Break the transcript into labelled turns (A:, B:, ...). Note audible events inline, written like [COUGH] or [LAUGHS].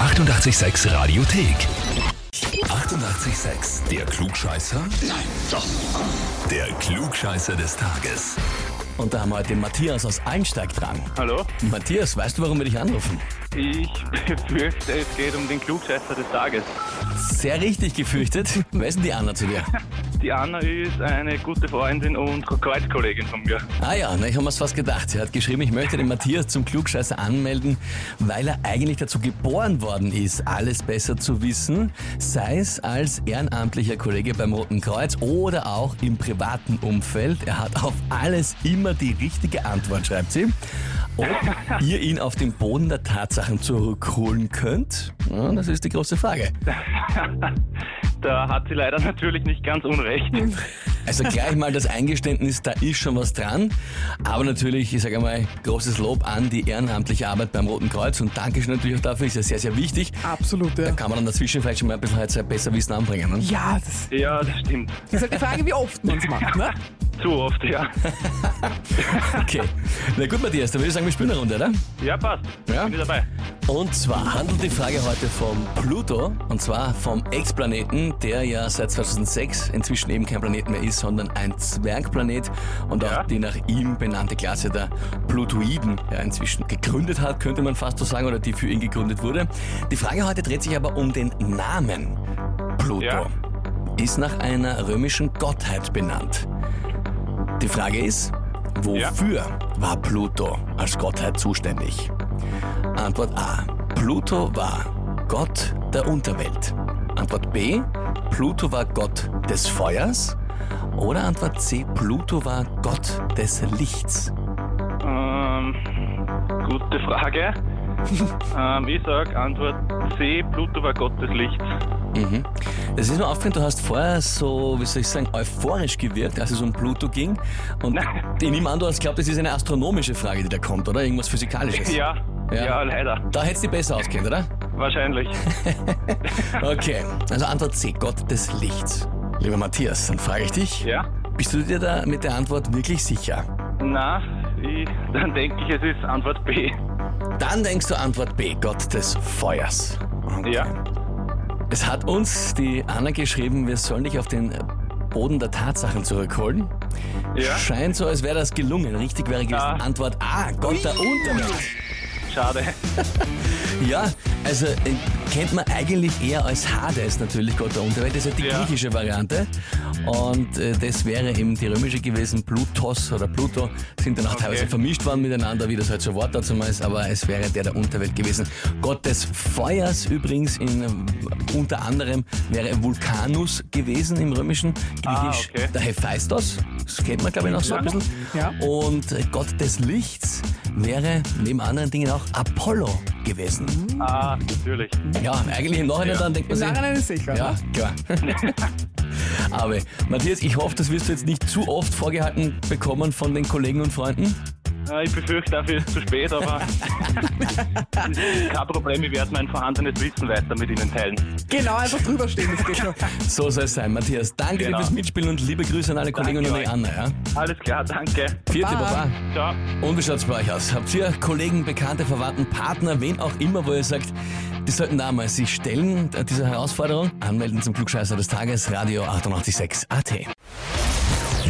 A: 886 Radiothek. 88,6. Der Klugscheißer? Nein, doch. Der Klugscheißer des Tages.
B: Und da haben wir heute den Matthias aus Allensteig dran.
C: Hallo?
B: Matthias, weißt du, warum wir dich anrufen?
C: Ich [LAUGHS] befürchte, es geht um den Klugscheißer des Tages.
B: Sehr richtig gefürchtet. Wer ist denn die Anna zu dir?
C: Die Anna ist eine gute Freundin und Kreuzkollegin von mir.
B: Ah ja, na, ich habe mir's fast gedacht. Sie hat geschrieben, ich möchte den Matthias zum Klugscheißer anmelden, weil er eigentlich dazu geboren worden ist, alles besser zu wissen, sei es als ehrenamtlicher Kollege beim Roten Kreuz oder auch im privaten Umfeld. Er hat auf alles immer die richtige Antwort, schreibt sie. Ob ihr ihn auf den Boden der Tatsachen zurückholen könnt, ja, das ist die große Frage.
C: Da hat sie leider [LAUGHS] natürlich nicht ganz unrecht.
B: Also gleich mal das Eingeständnis, da ist schon was dran. Aber natürlich, ich sage einmal, großes Lob an die ehrenamtliche Arbeit beim Roten Kreuz und Dankeschön natürlich auch dafür, ist ja sehr, sehr wichtig.
D: Absolut,
B: Da
D: ja.
B: kann man dann dazwischen vielleicht schon mal ein bisschen halt besser Wissen anbringen. Ne?
D: Ja, das
C: Ja, das stimmt.
D: ist halt die Frage, wie oft man es macht, ne?
C: Zu oft, ja.
B: Okay. Na gut, Matthias, dann würde ich sagen, wir spielen eine Runde, oder?
C: Ja, passt.
B: Ja.
C: Bin ich dabei.
B: Und zwar handelt die Frage heute vom Pluto, und zwar vom Ex-Planeten, der ja seit 2006 inzwischen eben kein Planet mehr ist, sondern ein Zwergplanet und auch
C: Ja.
B: die nach ihm benannte Klasse der Plutoiden ja inzwischen gegründet hat, könnte man fast so sagen, oder die für ihn gegründet wurde. Die Frage heute dreht sich aber um den Namen Pluto.
C: Ja.
B: Ist nach einer römischen Gottheit benannt. Die Frage ist, wofür war Pluto als Gottheit zuständig? Antwort A. Pluto war Gott der Unterwelt. Antwort B. Pluto war Gott des Feuers. Oder Antwort C. Pluto war Gott des Lichts.
C: Ähm, gute Frage. ähm, ich sag Antwort C, Pluto war Gott des Lichts.
B: Mhm. Das ist mir aufgefallen, du hast vorher so, wie soll ich sagen, euphorisch gewirkt, als es um Pluto ging. Und ich nehme an, du hast glaubt, das ist eine astronomische Frage, die da kommt, oder? Irgendwas Physikalisches.
C: Ja,
B: Ja.
C: ja, leider.
B: Da hättest du dich besser auskennt, oder?
C: Wahrscheinlich.
B: Okay, also Antwort C, Gott des Lichts. Lieber Matthias, dann frage ich dich,
C: Ja?
B: bist du dir da mit der Antwort wirklich sicher?
C: Na, ich, dann denke ich, es ist Antwort B.
B: Dann denkst du Antwort B, Gott des Feuers.
C: Ja.
B: Es hat uns die Anna geschrieben, wir sollen dich auf den Boden der Tatsachen zurückholen.
C: Ja.
B: Scheint so, als wäre das gelungen. Richtig wäre gewesen
C: Ah.
B: Antwort A, Gott der Unterwelt.
C: Schade.
B: Ja, also äh, kennt man eigentlich eher als Hades natürlich Gott der Unterwelt. Das ist ja die
C: Ja.
B: griechische Variante. Und äh, das wäre eben die römische gewesen. Plutos oder Pluto sind dann auch teilweise vermischt worden miteinander, wie das halt so Wort dazu mal ist. Aber es wäre der der Unterwelt gewesen. Gott des Feuers übrigens in, äh, unter anderem wäre Vulcanus gewesen im römischen Griechisch.
C: Ah, okay.
B: Der Hephaistos, das kennt man glaube ich noch so ein bisschen.
D: Ja.
B: Und äh, Gott des Lichts wäre neben anderen Dingen auch Apollo gewesen.
C: Ah, natürlich.
B: Ja, eigentlich im Nachhinein dann denkt man
D: Im
B: sich.
D: Nachhinein ist sicher.
B: Ja,
D: Ne? [LAUGHS]
B: klar. [LAUGHS] Aber Matthias, ich hoffe, das wirst du jetzt nicht zu oft vorgehalten bekommen von den Kollegen und Freunden.
C: Na, Ich befürchte, dafür ist es zu spät, aber [LAUGHS] kein Problem, ich werde mein vorhandenes Wissen weiter mit Ihnen teilen.
D: Genau, einfach drüber stehen, das geht schon.
B: So soll es sein, Matthias. Danke
C: Genau.
B: dir fürs Mitspielen und liebe Grüße an alle Kollegen und an die
C: euch.
B: Anna. Ja?
C: Alles klar, danke.
B: Vierte
D: Baba.
B: Baba.
C: Ciao.
B: Und wie schaut's bei euch aus? Habt ihr Kollegen, Bekannte, Verwandten, Partner, wen auch immer, wo ihr sagt, die sollten da mal sich stellen, äh, dieser Herausforderung? Anmelden zum Klugscheißer des Tages, Radio 886 AT.